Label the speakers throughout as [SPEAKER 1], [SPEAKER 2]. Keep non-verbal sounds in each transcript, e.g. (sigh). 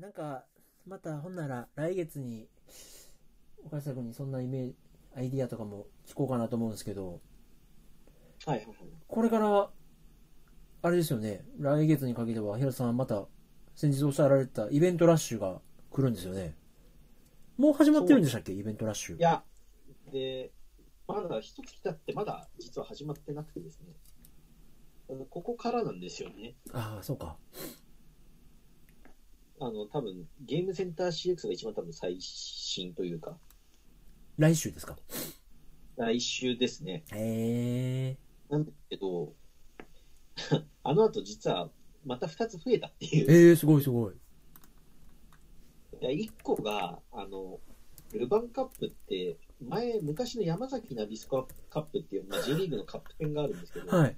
[SPEAKER 1] なんか、またほんなら来月に、岡下君にそんなイメージ、アイディアとかも聞こうかなと思うんですけど、
[SPEAKER 2] はいはいはい。
[SPEAKER 1] これから、あれですよね、来月にかけては、平田さんまた、先日おっしゃられたイベントラッシュが来るんですよね。もう始まってるんでしたっけ、イベントラッシュ。
[SPEAKER 2] いや、で、まだ一月経って、まだ実は始まってなくてですね、あのここからなんですよね。
[SPEAKER 1] ああ、そうか。
[SPEAKER 2] あの、多分ゲームセンター CX が一番多分最新というか、
[SPEAKER 1] 来週ですか。
[SPEAKER 2] 来週ですね。
[SPEAKER 1] へえ。
[SPEAKER 2] なんだけど、 (laughs) あの後実はまた2つ増えたっていう。
[SPEAKER 1] ええ、すごいすごい。
[SPEAKER 2] いや1個が、あの、ルヴァンカップって、前、昔の山崎ナビスコカップっていう、まあ、J リーグのカップ戦があるんですけど、
[SPEAKER 1] はい。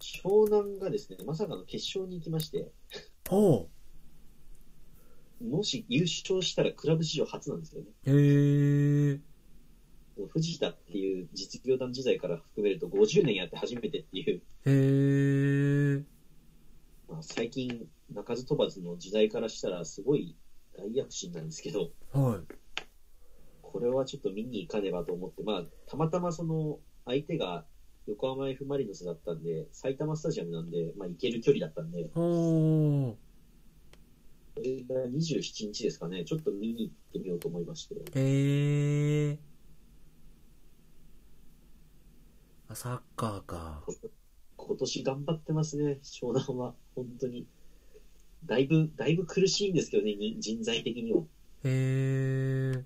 [SPEAKER 2] 湘南がですね、まさかの決勝に行きまして、
[SPEAKER 1] ほ
[SPEAKER 2] もし優勝したらクラブ史上初なんですよね。
[SPEAKER 1] う。へえ。
[SPEAKER 2] 藤田っていう実業団時代から含めると50年やって初めてっていう、
[SPEAKER 1] へえ。
[SPEAKER 2] まあ、最近、鳴かず飛ばずの時代からしたらすごい大躍進なんですけど、
[SPEAKER 1] は
[SPEAKER 2] これはちょっと見に行かねばと思って、まあ、たまたまその相手が横浜 F ・マリノスだったんで、埼玉スタジアムなんで、まあ、行ける距離だったんで、
[SPEAKER 1] い。ほ
[SPEAKER 2] これが27日ですかね、ちょっと見に行ってみようと思いまして、
[SPEAKER 1] う。へえ。あ、サッカーか。
[SPEAKER 2] 今年頑張ってますね、湘南は、本当に。だいぶ、だいぶ苦しいんですけどね、に人材的には。
[SPEAKER 1] へえ。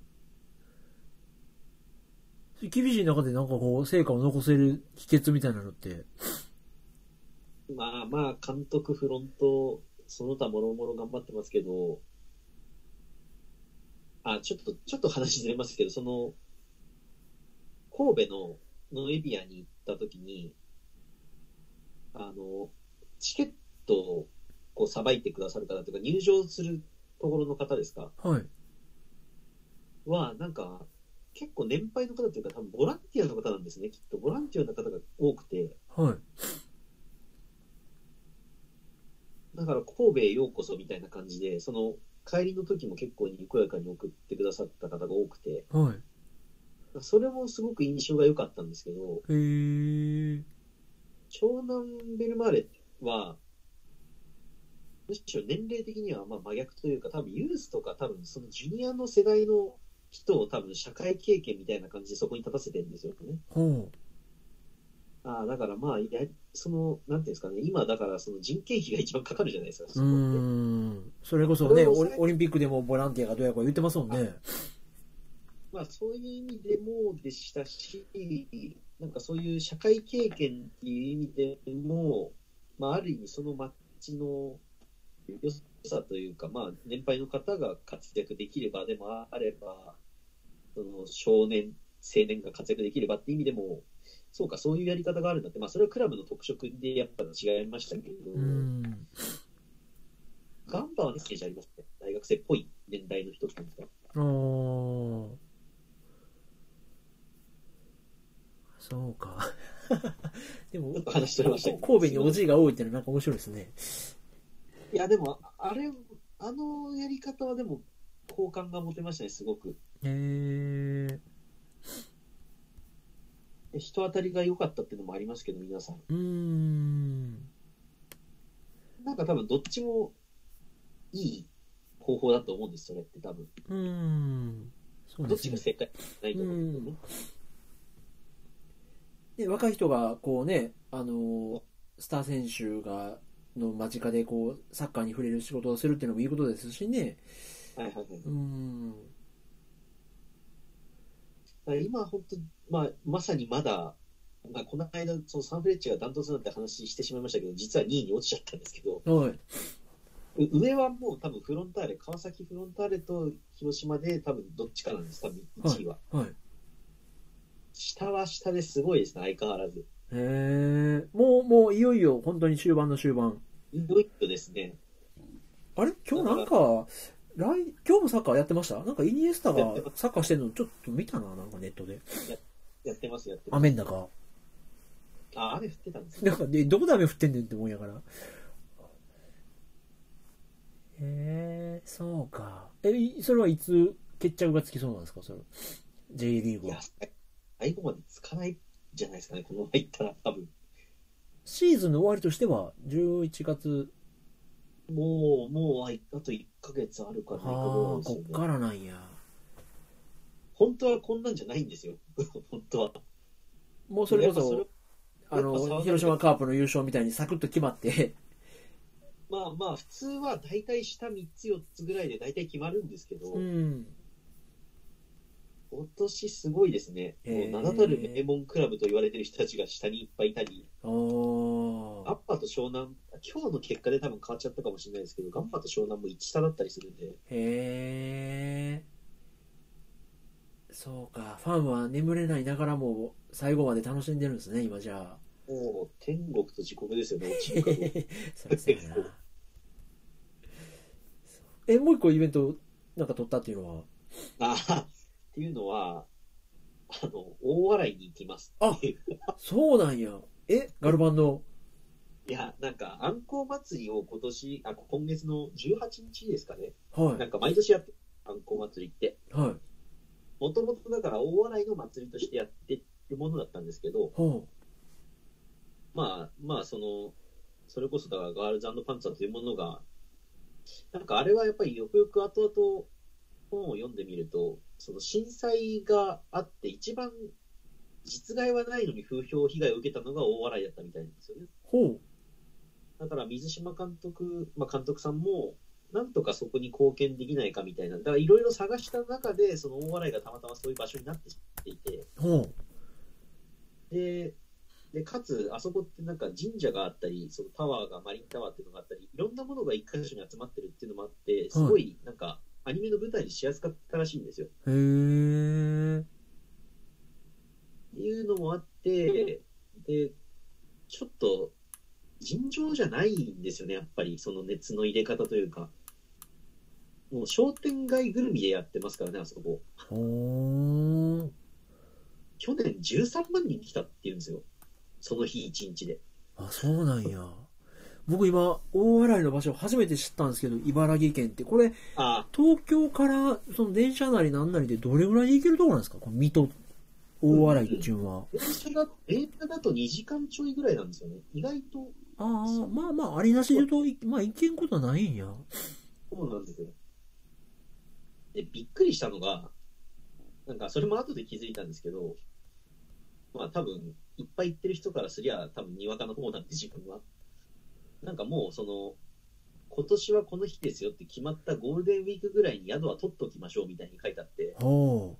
[SPEAKER 1] 厳しい中でなんかこう、成果を残せる秘訣みたいなのって。
[SPEAKER 2] まあまあ、監督、フロント、その他もろもろ頑張ってますけど、あ、ちょっと、ちょっと話ずれますけど、その、神戸のノエビアに行った時に、あの、チケットをこうさばいてくださる方というか、入場するところの方ですか
[SPEAKER 1] はい。
[SPEAKER 2] は、なんか、結構年配の方というか、多分ボランティアの方なんですね、きっと。ボランティアの方が多くて、
[SPEAKER 1] はい。
[SPEAKER 2] だから神戸へようこそみたいな感じで、その帰りの時も結構にこやかに送ってくださった方が多くて、
[SPEAKER 1] はい。
[SPEAKER 2] それもすごく印象が良かったんですけど、
[SPEAKER 1] へえ。
[SPEAKER 2] 湘南ベルマーレは、むしろ年齢的にはまあ真逆というか、多分ユースとか、多分そのジュニアの世代の人を多分社会経験みたいな感じでそこに立たせてるんですよね。
[SPEAKER 1] ほう。
[SPEAKER 2] ああだからまあや、その、なんていうんですかね、今だからその人件費が一番かかるじゃないですか、そこ
[SPEAKER 1] う
[SPEAKER 2] って。
[SPEAKER 1] ーん。それこそね、オリオリンピックでもボランティアがどうやこう言ってますもんね。
[SPEAKER 2] まあ、そういう意味でもでしたし、なんかそういう社会経験っていう意味でも、まあ、ある意味その街の良さというか、まあ、年配の方が活躍できればでもあれば、その少年、青年が活躍できればっていう意味でも、そうか、そういうやり方があるんだって、まあ、それはクラブの特色でやっぱ違いましたけど、
[SPEAKER 1] うん。
[SPEAKER 2] ガンバはメッセージありますね。大学生っぽい年代の人っていうんですか。
[SPEAKER 1] あーそうか。 (laughs) でも
[SPEAKER 2] ちょっ、と話しとれましたけ
[SPEAKER 1] (laughs)
[SPEAKER 2] ど
[SPEAKER 1] 神戸におじいが多いってのはなんか面白いですね。
[SPEAKER 2] いや、でも、ああれ、あのやり方はでも、好感が持てましたね、すごく。
[SPEAKER 1] へえ。
[SPEAKER 2] 人当たりが良かったっていうのもありますけど、皆さん。
[SPEAKER 1] うーん。
[SPEAKER 2] なんか多分、どっちもいい方法だと思うんです、それって多分。
[SPEAKER 1] うーん。そうで
[SPEAKER 2] どっ
[SPEAKER 1] す
[SPEAKER 2] ち
[SPEAKER 1] ね
[SPEAKER 2] が。正解ないと思うんですけどね。
[SPEAKER 1] で若い人がこうね、あの、スター選手が、の間近でこう、サッカーに触れる仕事をするっていうのもいいことですしね。
[SPEAKER 2] はいはいはい。だ
[SPEAKER 1] うーん。
[SPEAKER 2] から今、本当まあ、まさにまだ、まあ、この間、そのサンフレッチェがダントツなんて話してしまいましたけど、実は2位に落ちちゃったんですけど、
[SPEAKER 1] はい。
[SPEAKER 2] う上はもう多分フロンターレ、川崎フロンターレと広島で多分どっちかなんです、多分1位は。
[SPEAKER 1] はい。
[SPEAKER 2] 下は下ですごいですね、相変わらず。
[SPEAKER 1] へえ。もう、もういよいよ本当に終盤の終盤。
[SPEAKER 2] インドイットですね。
[SPEAKER 1] あれ今日なんか、来、今日もサッカーやってましたなんかイニエスタがサッカーしてるのちょっと見たな、なんかネットで。
[SPEAKER 2] やってます、やってます。
[SPEAKER 1] 雨の中。
[SPEAKER 2] あ、雨降って
[SPEAKER 1] (laughs)
[SPEAKER 2] たんですね。
[SPEAKER 1] なんかね、どこで雨降ってんねんって思いながら。へそうか。え、いそれはいつ決着がつきそうなんですかそれ。J リー
[SPEAKER 2] い
[SPEAKER 1] グ
[SPEAKER 2] や
[SPEAKER 1] は。、
[SPEAKER 2] 最後までつかないんじゃないですかね、このままいったら、多分
[SPEAKER 1] シーズンの終わりとしては、11月、
[SPEAKER 2] もう、もう、あいあと1ヶ月あるか
[SPEAKER 1] ああ
[SPEAKER 2] ないかぐら
[SPEAKER 1] ー、
[SPEAKER 2] いですよ
[SPEAKER 1] こ
[SPEAKER 2] ね
[SPEAKER 1] っからなんや。
[SPEAKER 2] 本当はこんなんじゃないんですよ、 (laughs) 本当は。
[SPEAKER 1] もうそれこ
[SPEAKER 2] やっ
[SPEAKER 1] そ、
[SPEAKER 2] ぱ
[SPEAKER 1] あ
[SPEAKER 2] やっぱ騒がれ
[SPEAKER 1] の、
[SPEAKER 2] る
[SPEAKER 1] 広島カープの優勝みたいにサクッと決まって、
[SPEAKER 2] まあまあ、普通は大体下3つ、4つぐらいで大体決まるんですけど、
[SPEAKER 1] うん。
[SPEAKER 2] 今年すごいですね、
[SPEAKER 1] へー
[SPEAKER 2] もう名だたる名門クラブと言われてる人たちが下にいっぱいいたり、
[SPEAKER 1] あ
[SPEAKER 2] ガン
[SPEAKER 1] ー
[SPEAKER 2] バと湘南、今日の結果で多分変わっちゃったかもしれないですけど、ガンバと湘南も1下だったりするんで、
[SPEAKER 1] へえ。そうか、ファンは眠れないながらも、最後まで楽しんでるんですね、今じゃあ。
[SPEAKER 2] もう天国と地獄ですよ
[SPEAKER 1] (laughs)
[SPEAKER 2] ね、落ちるかも
[SPEAKER 1] そりゃそうやな。そうえ、もう一個イベント、なんか取ったっていうのは、
[SPEAKER 2] ああ、っていうのは、あの、大洗に行きますっていう。
[SPEAKER 1] そうなんや。え、ガルバンの。
[SPEAKER 2] いや、なんか、あんこう祭りを今年、あ、今月の18日ですかね。
[SPEAKER 1] は
[SPEAKER 2] なんか毎年やって、あんこう祭りって。
[SPEAKER 1] い。はい。
[SPEAKER 2] もともとだから大洗の祭りとしてやってるものだったんですけど、
[SPEAKER 1] ほ
[SPEAKER 2] まあ、まあ、その、それこそだからガールズパンツァーというものが、なんかあれはやっぱりよくよく後々本を読んでみると、その震災があって一番実害はないのに風評被害を受けたのが大笑いだったみたいなんですよね。
[SPEAKER 1] う。ほ
[SPEAKER 2] だから水島監督、まあ、監督さんも、なんとかそこに貢献できないかみたいな、だからいろいろ探した中で、その大笑いがたまたまそういう場所になっていて、
[SPEAKER 1] う。ほ
[SPEAKER 2] で、でかつ、あそこってなんか神社があったり、そのタワーがマリンタワーっていうのがあったり、いろんなものが一箇所に集まってるっていうのもあって、すごいなんか、アニメの舞台にしやすかったらしいんですよ。
[SPEAKER 1] う。へえ。
[SPEAKER 2] っていうのもあって、で、ちょっと、尋常じゃないんですよね、やっぱり、その熱の入れ方というか。もう商店街ぐるみでやってますからね、あそこ。
[SPEAKER 1] ほー。
[SPEAKER 2] 去年13万人来たって言うんですよ。その日一日で。
[SPEAKER 1] あ、そうなんや。僕今、大洗の場所初めて知ったんですけど、茨城県って。これ、
[SPEAKER 2] ああ、
[SPEAKER 1] 東京から、その電車なりなんなりでどれぐらいで行けるところなんですかこの水戸、大洗っていうのは。
[SPEAKER 2] 電車だ、電車だと2時間ちょいぐらいなんですよね。意外と、
[SPEAKER 1] ああ、まあまあ、ありなしで言うとい、まあ、行けんことはないんや。
[SPEAKER 2] そうなんですよ。で、びっくりしたのが、なんか、それも後で気づいたんですけど、まあ、多分、いっぱい行ってる人からすりゃ、多分、にわかの方なんで、自分は。なんかもう、その、今年はこの日ですよって決まったゴールデンウィークぐらいに宿は取っときましょうみたいに書いてあって、
[SPEAKER 1] ほ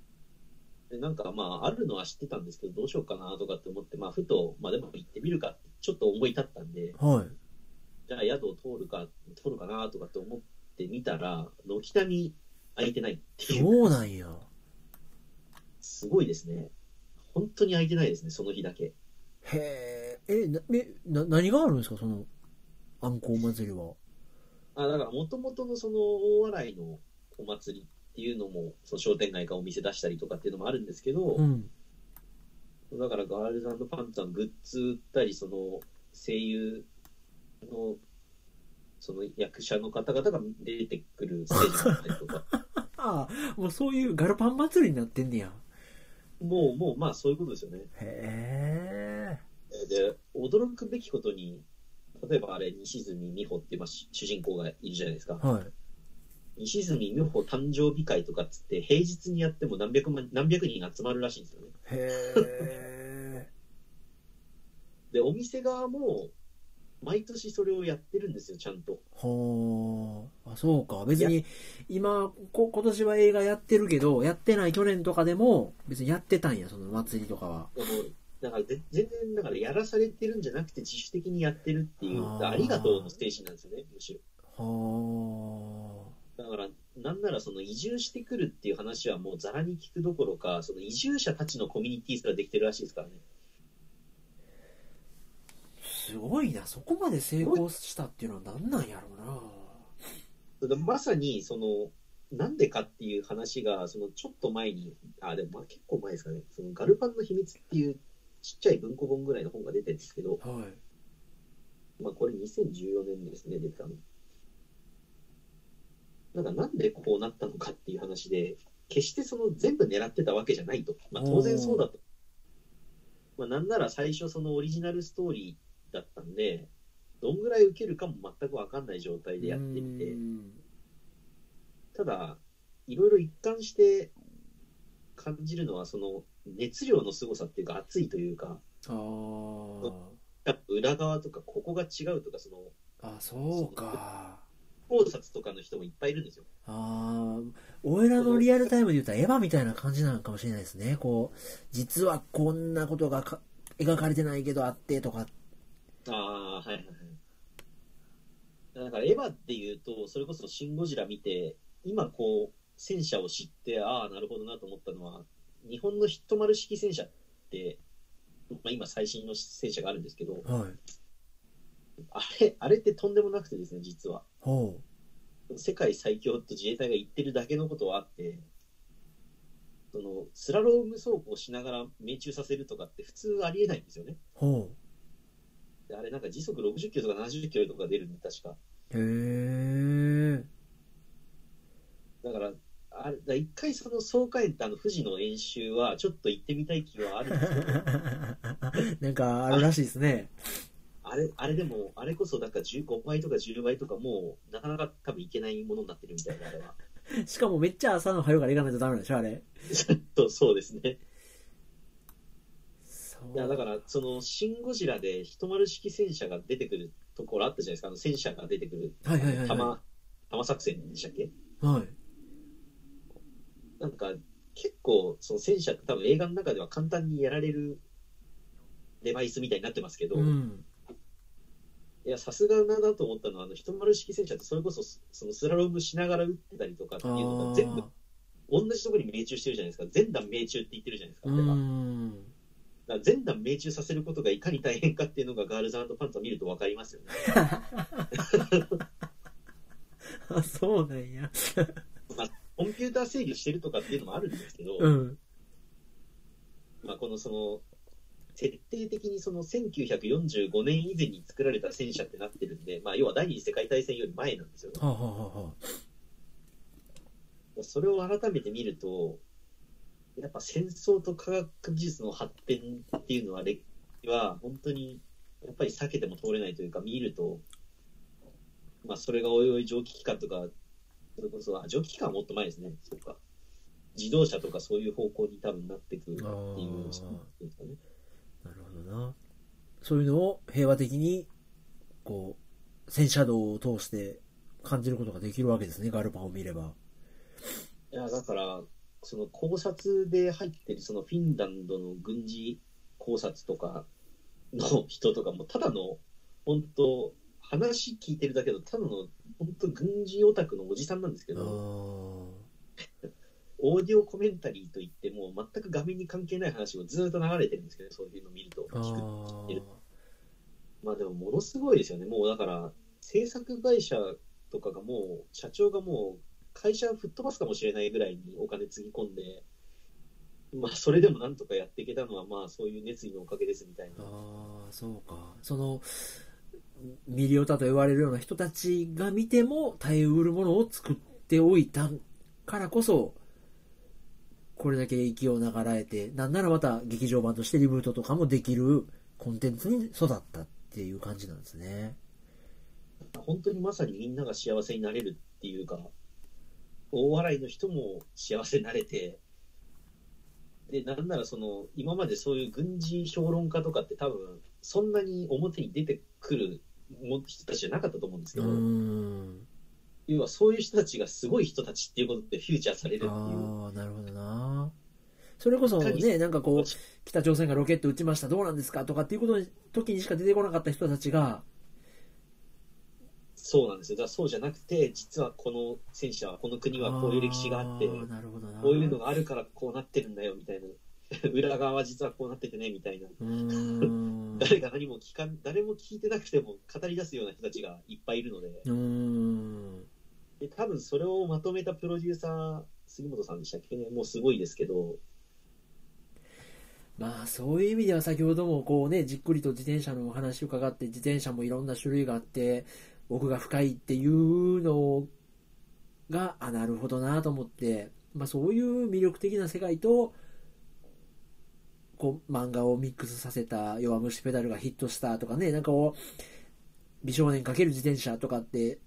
[SPEAKER 2] でなんかまあ、あるのは知ってたんですけど、どうしようかなとかって思って、まあ、ふと、まあでも行ってみるかって、ちょっと思い立ったんで、
[SPEAKER 1] う。はい。
[SPEAKER 2] じゃあ宿を通るか、通るかなとかって思ってみたら、軒並み空いてないっていう、
[SPEAKER 1] そうなんや。
[SPEAKER 2] すごいですね。本当に空いてないですね、その日だけ。
[SPEAKER 1] へえ。え、な、え、な、何があるんですかその、あんこう祭りは。
[SPEAKER 2] あだから、もともとのその大洗のお祭りっていうのも、その商店街がお店出したりとかっていうのもあるんですけど、
[SPEAKER 1] うん。
[SPEAKER 2] だからガールズパンツァングッズ売ったり、その声優の、その役者の方々が出てくるステージだったりとか、
[SPEAKER 1] ああ、もうそういうガルパン祭りになってんねや。
[SPEAKER 2] もう、もう、まあそういうことですよね。
[SPEAKER 1] へえ。
[SPEAKER 2] で、驚くべきことに、例えばあれ、西住美穂って、まあ、主主人公がいるじゃないですか。
[SPEAKER 1] はい。
[SPEAKER 2] 西住美穂誕生日会とかっつって、平日にやっても何百万、何百人集まるらしいんですよね。
[SPEAKER 1] へえ。
[SPEAKER 2] で、お店側も、毎年それをやってるんですよ、ちゃんと。
[SPEAKER 1] ほう。あ、そうか。別に、今、こ、今年は映画やってるけど、やってない去年とかでも、別にやってたんや、その祭りとかは。
[SPEAKER 2] でもだからぜ全然、だからやらされてるんじゃなくて自主的にやってるっていう、
[SPEAKER 1] あー
[SPEAKER 2] だからありがとうのステージなんですよね、むしろ。
[SPEAKER 1] ほ
[SPEAKER 2] だから、なんならその移住してくるっていう話はもうざらに聞くどころか、その移住者たちのコミュニティすらできてるらしいですからね。
[SPEAKER 1] う。すごいな。そこまで成功したっていうのは何なんやろうな。
[SPEAKER 2] だからまさにそのなんでかっていう話がそのちょっと前にあでもまあ結構前ですかね「そのガルパンの秘密」っていうちっちゃい文庫本ぐらいの本が出てるんですけど、
[SPEAKER 1] はい。
[SPEAKER 2] まあ、これ2014年ですね出たの。なんかなんでこうなったのかっていう話で、決してその全部狙ってたわけじゃないと。まあ当然そうだと。まあなんなら最初そのオリジナルストーリーだったんで、どんぐらい受けるかも全くわかんない状態でやってみて
[SPEAKER 1] う、ん
[SPEAKER 2] ただ、いろいろ一貫して感じるのはその熱量の凄さっていうか熱いというか、
[SPEAKER 1] あー
[SPEAKER 2] やっぱ裏側とかここが違うとか、その
[SPEAKER 1] あそうか
[SPEAKER 2] 考察とかの人もいっぱいいるんですよ。
[SPEAKER 1] ああ、俺らのリアルタイムで言うとエヴァみたいな感じなのかもしれないですね。こう、実はこんなことがか描かれてないけどあってとか。
[SPEAKER 2] ああ、はいはいはい。だからエヴァっていうと、それこそシン・ゴジラ見て、今こう、戦車を知って、ああ、なるほどなと思ったのは、日本のヒット丸式戦車って、まあ、今最新の戦車があるんですけど、
[SPEAKER 1] はい。
[SPEAKER 2] あれ、あれってとんでもなくてですね、実は。
[SPEAKER 1] ほ
[SPEAKER 2] 世界最強と自衛隊が言ってるだけのことはあって、その、スラローム走行しながら命中させるとかって普通ありえないんですよね。
[SPEAKER 1] う。ほ
[SPEAKER 2] であれなんか時速60キロとか70キロとか出るんで、確か。
[SPEAKER 1] う。へえ。
[SPEAKER 2] だから、あれだ一回その総会ってあの富士の演習はちょっと行ってみたい気はあるんですけど、
[SPEAKER 1] (laughs) なんかあるらしいですね。
[SPEAKER 2] (laughs) あれ、あれでも、あれこそなんか15倍とか10倍とかもうなかなか多分行けないものになってるみたいな、あれは。
[SPEAKER 1] しかもめっちゃ朝の早うから行かないとダメなんでしょ、あれ。
[SPEAKER 2] ちょっとそうですね。
[SPEAKER 1] そ
[SPEAKER 2] いや、だからそのシンゴジラで一丸式戦車が出てくるところあったじゃないですか、あの戦車が出てくる
[SPEAKER 1] はいはいはい、は
[SPEAKER 2] 弾、弾作戦でしたっけ
[SPEAKER 1] い。はい。
[SPEAKER 2] なんか結構その戦車って多分映画の中では簡単にやられるデバイスみたいになってますけど、
[SPEAKER 1] うん。
[SPEAKER 2] いや、さすがだなと思ったのは、あの、一丸式戦車って、それこそ、そのスラロームしながら撃ってたりとかって
[SPEAKER 1] あ
[SPEAKER 2] いうのが、
[SPEAKER 1] あ
[SPEAKER 2] 全部、同じところに命中してるじゃないですか。全弾命中って言ってるじゃないですか。
[SPEAKER 1] う
[SPEAKER 2] だか
[SPEAKER 1] ん。
[SPEAKER 2] ら全弾命中させることがいかに大変かっていうのが、ガールズパンツァー見るとわかりますよね。
[SPEAKER 1] あ、そうなんや。
[SPEAKER 2] コンピューター制御してるとかっていうのもあるんですけど、
[SPEAKER 1] うん。
[SPEAKER 2] まあ、このその、設定的にその1945年以前に作られた戦車ってなってるんで、まあ、要は第二次世界大戦より前なんですよね。
[SPEAKER 1] はあ、はあはあは
[SPEAKER 2] それを改めて見ると、やっぱ戦争と科学技術の発展っていうのは、歴史は本当にやっぱり避けても通れないというか、見ると、まあ、それがおいおい蒸気機関とか、それこそ、あ蒸気機関はもっと前ですね、そうか。自動車とかそういう方向に多分なってくるっていう
[SPEAKER 1] あー
[SPEAKER 2] そうですかね
[SPEAKER 1] あ。なるほどな。そういうのを平和的に、こう、戦車道を通して感じることができるわけですね、ガルパンを見れば。
[SPEAKER 2] いや、だから、その考察で入ってる、そのフィンランドの軍事考察とかの人とかも、ただの、本当話聞いてるだけど、ただの、本当軍事オタクのおじさんなんですけ
[SPEAKER 1] ああ。
[SPEAKER 2] ど、オーディオコメンタリーといっても、全く画面に関係ない話をずっと流れてるんですけど、そういうの見ると、
[SPEAKER 1] あ
[SPEAKER 2] 聞く。
[SPEAKER 1] あ。
[SPEAKER 2] まあでも、ものすごいですよね。もうだから、制作会社とかがもう、社長がもう、会社を吹っ飛ばすかもしれないぐらいにお金つぎ込んで、まあ、それでもなんとかやっていけたのは、まあ、そういう熱意のおかげですみたいな。
[SPEAKER 1] ああ、そうか。その、ミリオタと言われるような人たちが見ても耐えうるものを作っておいたからこそ、これだけ息を長らえて、なんならまた劇場版としてリブートとかもできるコンテンツに育ったっていう感じなんですね。
[SPEAKER 2] 本当にまさにみんなが幸せになれるっていうか、大笑いの人も幸せになれて、で、なんならその、今までそういう軍事評論家とかって多分、そんなに表に出てくるも人たちじゃなかったと思うんですけ
[SPEAKER 1] う
[SPEAKER 2] ど、
[SPEAKER 1] ん。
[SPEAKER 2] 要はそういう人たちがすごい人たちっていうことでフューチャーされるっていう。
[SPEAKER 1] ああ、なるほどな。それこそね、なんかこう、北朝鮮がロケット撃ちました、どうなんですかとかっていうことに、時にしか出てこなかった人たちが、
[SPEAKER 2] そうなんですよ。だからそうじゃなくて、実はこの戦車は、この国はこういう歴史があって、
[SPEAKER 1] ーなるほどな
[SPEAKER 2] こういうのがあるからこうなってるんだよみたいな。 (laughs) 裏側は実はこうなっててねみたいな。
[SPEAKER 1] うーん
[SPEAKER 2] 誰が何も聞かん、誰も聞いてなくても語り出すような人たちがいっぱいいるので、
[SPEAKER 1] うーん
[SPEAKER 2] で多分それをまとめたプロデューサー、杉本さんでしたっけね、もうすごいですけど、
[SPEAKER 1] まあそういう意味では先ほどもこうねじっくりと自転車のお話を伺って自転車もいろんな種類があって奥が深いっていうのをが、あ、なるほどなと思って、まあそういう魅力的な世界と、こう、漫画をミックスさせた弱虫ペダルがヒットしたとかね、なんかこう、美少年かける自転車とかって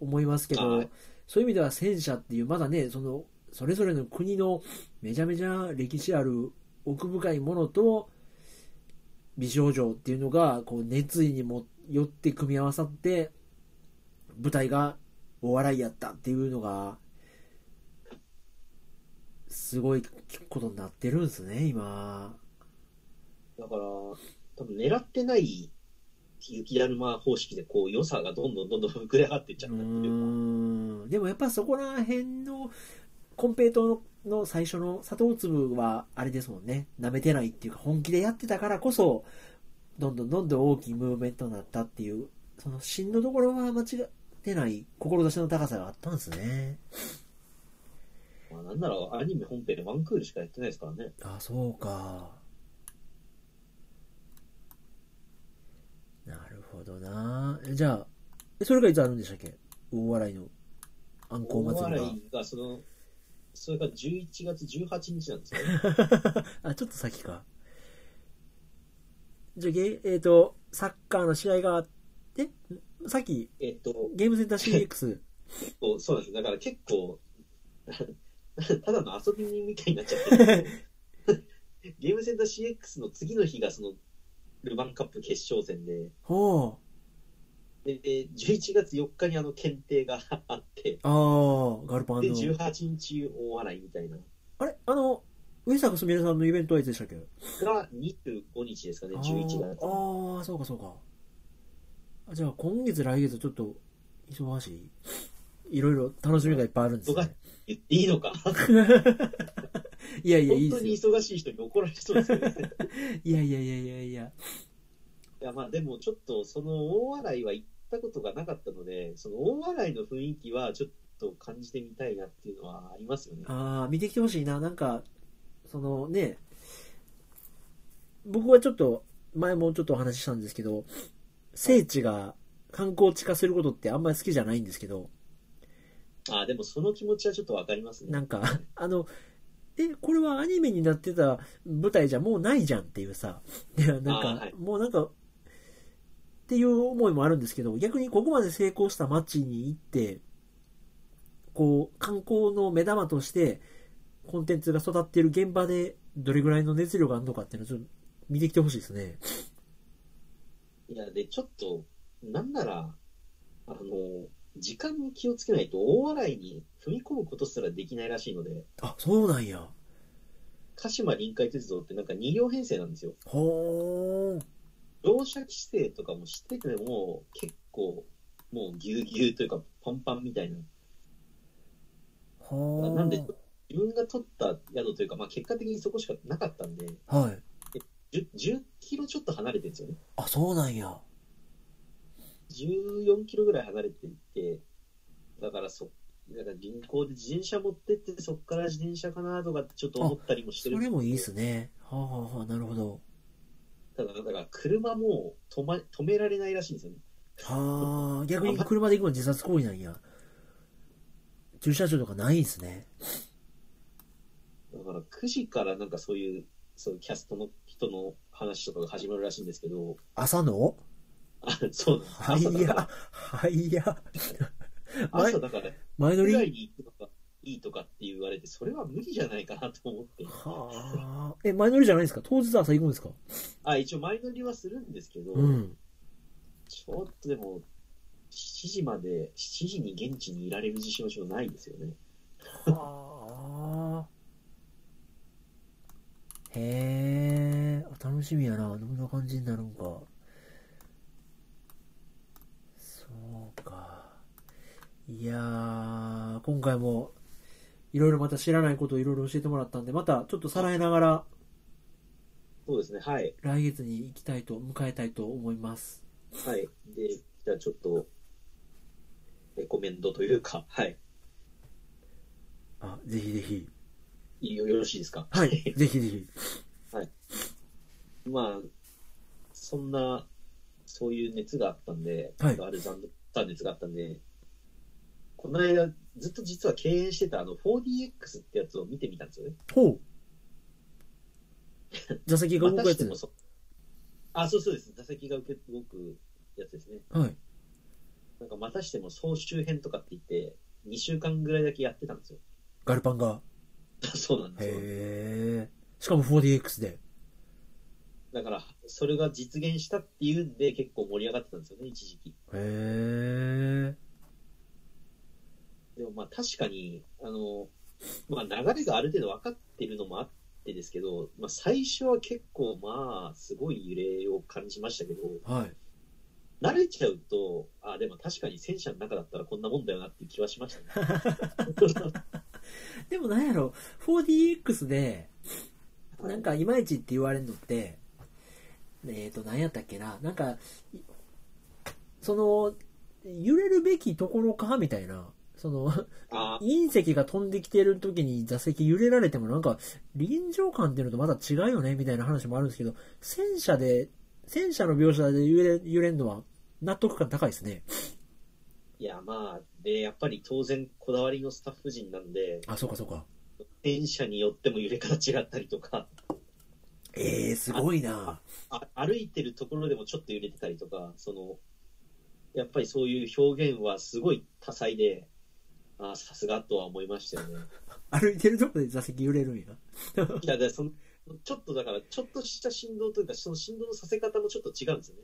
[SPEAKER 1] 思いますけど、
[SPEAKER 2] はい
[SPEAKER 1] そういう意味では戦車っていう、まだね、その、それぞれの国のめちゃめちゃ歴史ある奥深いものと、美少女っていうのが、こう、熱意にもよって組み合わさって、舞台がお笑いやったっていうのが、すごいことになってるんですね、今。
[SPEAKER 2] だから、多分狙ってない雪だるま方式で、こう、良さがどんどんどんどん膨れ上がっていっちゃ
[SPEAKER 1] う
[SPEAKER 2] ったっていうか、
[SPEAKER 1] ーんでもやっぱそこら辺の、コンペイトーの最初の砂糖粒は、あれですもんね、舐めてないっていうか、本気でやってたからこそ、どんどんどんどん大きいムーブメントになったっていう、その芯のところは間違ってない、志の高さがあったんですね。
[SPEAKER 2] まあ、なんならアニメ本編でワンクールしかやってないですからね。
[SPEAKER 1] あそうかなるほどなえじゃあえそれがいつあるんでしたっけ大洗のあんこ
[SPEAKER 2] 大
[SPEAKER 1] う祭り
[SPEAKER 2] 笑
[SPEAKER 1] が
[SPEAKER 2] いが、その、それが11月18日なんですよね。
[SPEAKER 1] (laughs) (laughs) あちょっと先かじゃあゲーえっ、とサッカーの試合があってんさっき
[SPEAKER 2] えっと、
[SPEAKER 1] ゲームセンター CX
[SPEAKER 2] こうそうなんですよだから結構、 (laughs) ただの遊び人みたいになっちゃってる。
[SPEAKER 1] (laughs)
[SPEAKER 2] ゲームセンター CX の次の日がその、ルヴァンカップ決勝戦で、
[SPEAKER 1] (laughs) ほう
[SPEAKER 2] で、で11月4日にあの検定があって、
[SPEAKER 1] ああガルパン
[SPEAKER 2] で、
[SPEAKER 1] の
[SPEAKER 2] 18日大洗みたいな、
[SPEAKER 1] あれあの上坂すみれさんのイベントはいつでしたっけ
[SPEAKER 2] が25日ですかね、11月。
[SPEAKER 1] あーあーそうかそうかあじゃあ今月来月ちょっと忙しいいろいろ楽しみがいっぱいあるんです、ね、
[SPEAKER 2] 言っていいのか本
[SPEAKER 1] いやいやいいで
[SPEAKER 2] 当
[SPEAKER 1] す
[SPEAKER 2] に
[SPEAKER 1] よ
[SPEAKER 2] 忙しい人に怒られそうですよね。
[SPEAKER 1] いやいやいやいやいや
[SPEAKER 2] いやまあでもちょっとその大洗は行ったことがなかったので、その大洗の雰囲気はちょっと感じてみたいなっていうのはありますよね。
[SPEAKER 1] ああ見てきてほしいななんかそのね僕はちょっと前もちょっとお話ししたんですけど聖地が観光地化することってあんまり好きじゃないんですけど
[SPEAKER 2] ああ、でもその気持ちはちょっとわかりますね。
[SPEAKER 1] なんか (laughs) あのえこれはアニメになってた舞台じゃもうないじゃんっていうさ (laughs) いやなんか
[SPEAKER 2] あーはい
[SPEAKER 1] もうなんかっていう思いもあるんですけど逆にここまで成功した街に行ってこう観光の目玉としてコンテンツが育っている現場でどれぐらいの熱量があるのかっていうのをちょっと見てきてほしいですね
[SPEAKER 2] いや、で、ちょっと、なんなら、あの、時間に気をつけないと大洗に踏み込むことすらできないらしいので、
[SPEAKER 1] あそうなんや
[SPEAKER 2] 鹿島臨海鉄道ってなんか2両編成なんですよ。
[SPEAKER 1] ほー
[SPEAKER 2] 乗車規制とかもしてても、結構、もうぎゅうぎゅうというかパンパンみたいな。
[SPEAKER 1] ほー
[SPEAKER 2] なんで自分が取った宿というか、まあ、結果的にそこしかなかったんで、
[SPEAKER 1] はい
[SPEAKER 2] 10, 10キロちょっと離れてるんですよね。
[SPEAKER 1] あそうなんや
[SPEAKER 2] 14キロぐらい離れていて、だからそ、だから銀行で自転車持ってって、そこから自転車かなとかってちょっと思ったりもして
[SPEAKER 1] そ
[SPEAKER 2] る。
[SPEAKER 1] れもいいっすねはあはあはあなるほど
[SPEAKER 2] ただ、だから車も止,、ま、止められないらしいんですよね。
[SPEAKER 1] はあ逆に車で行くのは自殺行為なんや駐車場とかないんすね
[SPEAKER 2] だから9時からなんかそういう、そういうキャストの人の話とかが始まるらしいんですけど、
[SPEAKER 1] 朝の (laughs)
[SPEAKER 2] あそうなん
[SPEAKER 1] は
[SPEAKER 2] です。朝
[SPEAKER 1] い
[SPEAKER 2] だか
[SPEAKER 1] やはいや
[SPEAKER 2] ら、
[SPEAKER 1] はい
[SPEAKER 2] 朝だから、
[SPEAKER 1] 前乗
[SPEAKER 2] ぐ
[SPEAKER 1] り
[SPEAKER 2] ら
[SPEAKER 1] はい
[SPEAKER 2] に行くのがいいとかって言われて、それは無理じゃないかなと思って。
[SPEAKER 1] あえ前乗りじゃないんですか当日朝行くんですか
[SPEAKER 2] あ、一応前乗りはするんですけど、
[SPEAKER 1] うん
[SPEAKER 2] ちょっとでも、7時まで、7時に現地にいられる自信はちょっとないですよね。
[SPEAKER 1] はあへえ楽しみやなどんな感じになるんかそうかいやー今回もいろいろまた知らないことをいろいろ教えてもらったんでまたちょっとさらいながら
[SPEAKER 2] そうですね、はい。
[SPEAKER 1] 来月に行きたいと迎えたいと思います
[SPEAKER 2] はい。で、じゃあちょっと、レコメンドというか、はい。
[SPEAKER 1] あぜひぜひ
[SPEAKER 2] いいよよろしいですか
[SPEAKER 1] はい (laughs) ぜひぜひ
[SPEAKER 2] まあ、そんな、そういう熱があったんで、
[SPEAKER 1] はい
[SPEAKER 2] ある残念な熱があったんで、この間、ずっと実は敬遠してたあの 4DX ってやつを見てみたんですよね。
[SPEAKER 1] ほう。座席が動
[SPEAKER 2] ま
[SPEAKER 1] く
[SPEAKER 2] た
[SPEAKER 1] や
[SPEAKER 2] して
[SPEAKER 1] つ
[SPEAKER 2] も。そう。あ、そうそうです。座席が動く動くやつですね。
[SPEAKER 1] はい。
[SPEAKER 2] なんかまたしても総集編とかって言って、2週間ぐらいだけやってたんですよ。 (laughs)
[SPEAKER 1] ガルパンが。
[SPEAKER 2] そうなんですよ。
[SPEAKER 1] へえ。しかも 4DX で。
[SPEAKER 2] だから、それが実現したっていうんで、結構盛り上がってたんですよね、一時期。
[SPEAKER 1] へえ。
[SPEAKER 2] でもまあ確かに、あの、まあ流れがある程度分かってるのもあってですけど、まあ最初は結構まあ、すごい揺れを感じましたけど、
[SPEAKER 1] はい。
[SPEAKER 2] 慣れちゃうと、あ、でも確かに戦車の中だったらこんなもんだよなっていう気はしましたね。
[SPEAKER 1] でもなんやろ、4DX で、 (laughs) なんかいまいちって言われるのって、えっ、ー、と、なんやったっけな、なんか、いその、揺れるべきところか、みたいな。その、
[SPEAKER 2] (laughs) あ
[SPEAKER 1] 隕石が飛んできてる時に座席揺れられてもなんか、臨場感っていうのとまた違うよね、みたいな話もあるんですけど、戦車で、戦車の描写で揺れ、揺れるのは納得感高いですね。
[SPEAKER 2] いやまあ、で、やっぱり当然こだわりのスタッフ陣なんで、
[SPEAKER 1] あ、そうかそうか。
[SPEAKER 2] 戦車によっても揺れ方違ったりとか、
[SPEAKER 1] ええー、すごいな
[SPEAKER 2] あ歩いてるところでもちょっと揺れてたりとか、その、やっぱりそういう表現はすごい多彩で、あさすがとは思いました
[SPEAKER 1] (laughs)
[SPEAKER 2] よね。
[SPEAKER 1] 歩いてるとこで座席揺れるんや。
[SPEAKER 2] いや、でその、ちょっとだから、ちょっとした振動というか、その振動のさせ方もちょっと違うんですよね。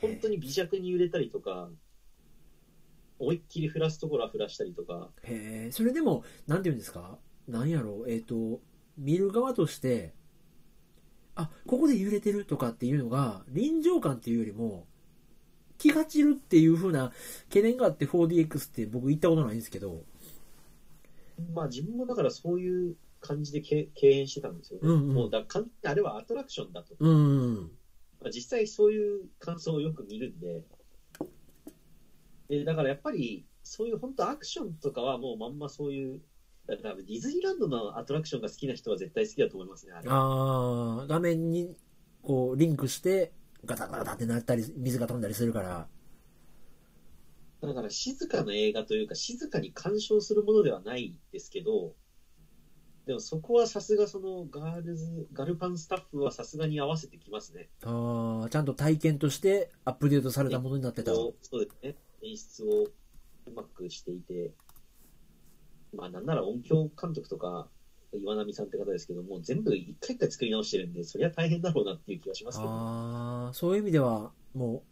[SPEAKER 2] 本当に微弱に揺れたりとか、思いっきり振らすところは振らしたりとか、
[SPEAKER 1] へえ、それでも、なんて言うんですかなんやろう、えっ、と、見る側として、あ、ここで揺れてるとかっていうのが、臨場感っていうよりも、気が散るっていう風な懸念があって 4DX って僕行ったことないんですけど、
[SPEAKER 2] まあ自分もだからそういう感じでけ敬遠してたんですよね。
[SPEAKER 1] うんうん
[SPEAKER 2] もうだから完全にあれはアトラクションだと。
[SPEAKER 1] うん。
[SPEAKER 2] まあ、実際そういう感想をよく見るんで、でだからやっぱり、そういう本当アクションとかはもうまんまそういう、だからディズニーランドのアトラクションが好きな人は絶対好きだと思いますね、あれ
[SPEAKER 1] あー画面に、こう、リンクして、ガタガタってなったり、水が飛んだりするから、
[SPEAKER 2] だから静かな映画というか、静かに鑑賞するものではないですけど、でもそこはさすがそのガールズ、ガルパンスタッフはさすがに合わせてきますね。
[SPEAKER 1] あーちゃんと体験としてアップデートされたものになってた。
[SPEAKER 2] そうそうですね。演出をうまくしていて、まあなんなら音響監督とか、岩波さんって方ですけども、全部一回一回作り直してるんで、そりゃ大変だろうなっていう気がしますけど、
[SPEAKER 1] ああ、そういう意味では、も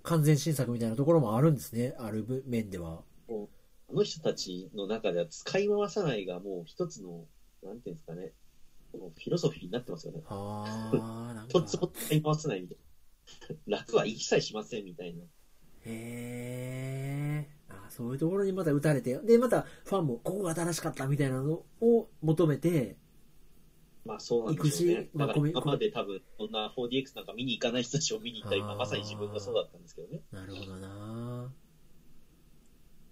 [SPEAKER 1] う、完全新作みたいなところもあるんですね、ある面では。
[SPEAKER 2] あの人たちの中では使い回さないがもう一つの、なんていうんですかね、もうフィロソフィーになってますよね。
[SPEAKER 1] ああ、なん
[SPEAKER 2] 一つ
[SPEAKER 1] か
[SPEAKER 2] も。使い回さないみたいな。 (laughs) 楽は一切しませんみたいな。
[SPEAKER 1] へえ。あーそういうところにまた打たれて、で、またファンも、ここが新しかったみたいなのを求めて、
[SPEAKER 2] まあそうなんでしょう
[SPEAKER 1] 行く
[SPEAKER 2] ね
[SPEAKER 1] し。まあ
[SPEAKER 2] だから
[SPEAKER 1] コミ
[SPEAKER 2] 今まで多分、そんな 4DX なんか見に行かない人たちを見に行ったり、まあまさに自分がそうだったんですけどね。
[SPEAKER 1] なるほどな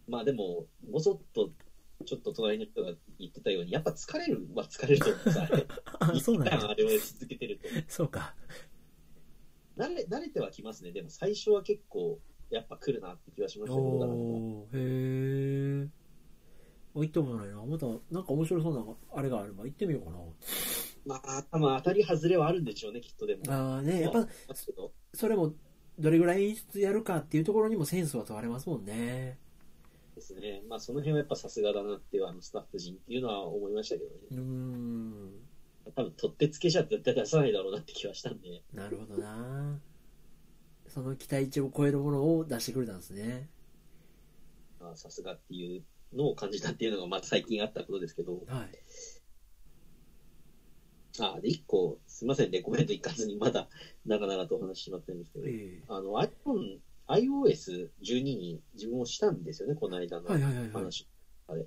[SPEAKER 2] まあでも、もそっと、ちょっと隣の人が言ってたように、やっぱ疲れるは疲れると思うんですよあれ
[SPEAKER 1] (laughs) あそうなん
[SPEAKER 2] 一旦
[SPEAKER 1] だ。
[SPEAKER 2] あれを続けてると。
[SPEAKER 1] そうか。
[SPEAKER 2] 慣れ慣れてはきますね。でも最初は結構、やっぱ来るなって気はしましたけど、だから
[SPEAKER 1] おー、へえ。あ行ったことないな。また、なんか面白そうな、あれがあれば行ってみようか
[SPEAKER 2] まあ、多分当たり外れはあるんでしょうね、きっとでも。
[SPEAKER 1] な。ああ、ね、やっぱ、
[SPEAKER 2] ですけど
[SPEAKER 1] それもどれぐらい演出やるかっていうところにもセンスは問われますもんね
[SPEAKER 2] ですね。まあその辺はやっぱさすがだなっていう、あのスタッフ陣っていうのは思いましたけどね。
[SPEAKER 1] うーん
[SPEAKER 2] 多分、取ってつけじゃ絶対出さないだろうなって気はしたんで。
[SPEAKER 1] なるほどなその期待値を超えるものを出してくれたんですね
[SPEAKER 2] まあさすがっていうのを感じたっていうのが、まあ最近あったことですけど。
[SPEAKER 1] はい
[SPEAKER 2] あ、で、一個、すいません、レコメント行かずに、まだ、長々とお話ししまったんですけど、
[SPEAKER 1] ええ
[SPEAKER 2] あの、iPhone、iOS12 に自分をしたんですよね、この間の
[SPEAKER 1] はいはいはいはい
[SPEAKER 2] 話。あれ。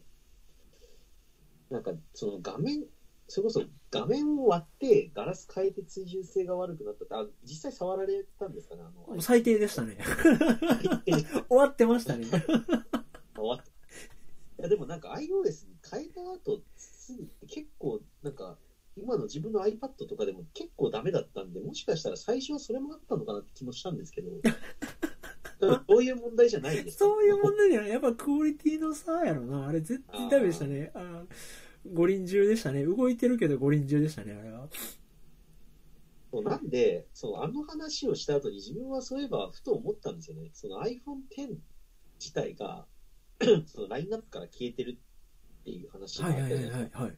[SPEAKER 2] なんか、その画面、それこそ画面を割って、ガラス変えて追従性が悪くなったって、あ、実際触られたんですかね、あの、
[SPEAKER 1] (laughs) もう最低でしたね
[SPEAKER 2] iPhone
[SPEAKER 1] 終わってましたね
[SPEAKER 2] 終わった。いや、でもなんか iOS に変えた後、すぐって結構、なんか、今の自分の iPad とかでも
[SPEAKER 1] (laughs)
[SPEAKER 2] 結構ダメだったんで、もしかしたら最初はそれもあったのかなって気もしたんですけど、そういう問題じゃないです。
[SPEAKER 1] そういう問題じゃない。やっぱクオリティの差やろな。あれ絶対ダメでしたね。あー五輪中でしたね。動いてるけど五輪中でしたね、あれは。
[SPEAKER 2] そうなんで、そうあの話をした後に自分はそういえばふと思ったんですよね。その iPhone X 自体が (clears throat) そのラインナップから消えてるっていう話があ
[SPEAKER 1] は
[SPEAKER 2] っ
[SPEAKER 1] い
[SPEAKER 2] て、
[SPEAKER 1] はいはいはいはい。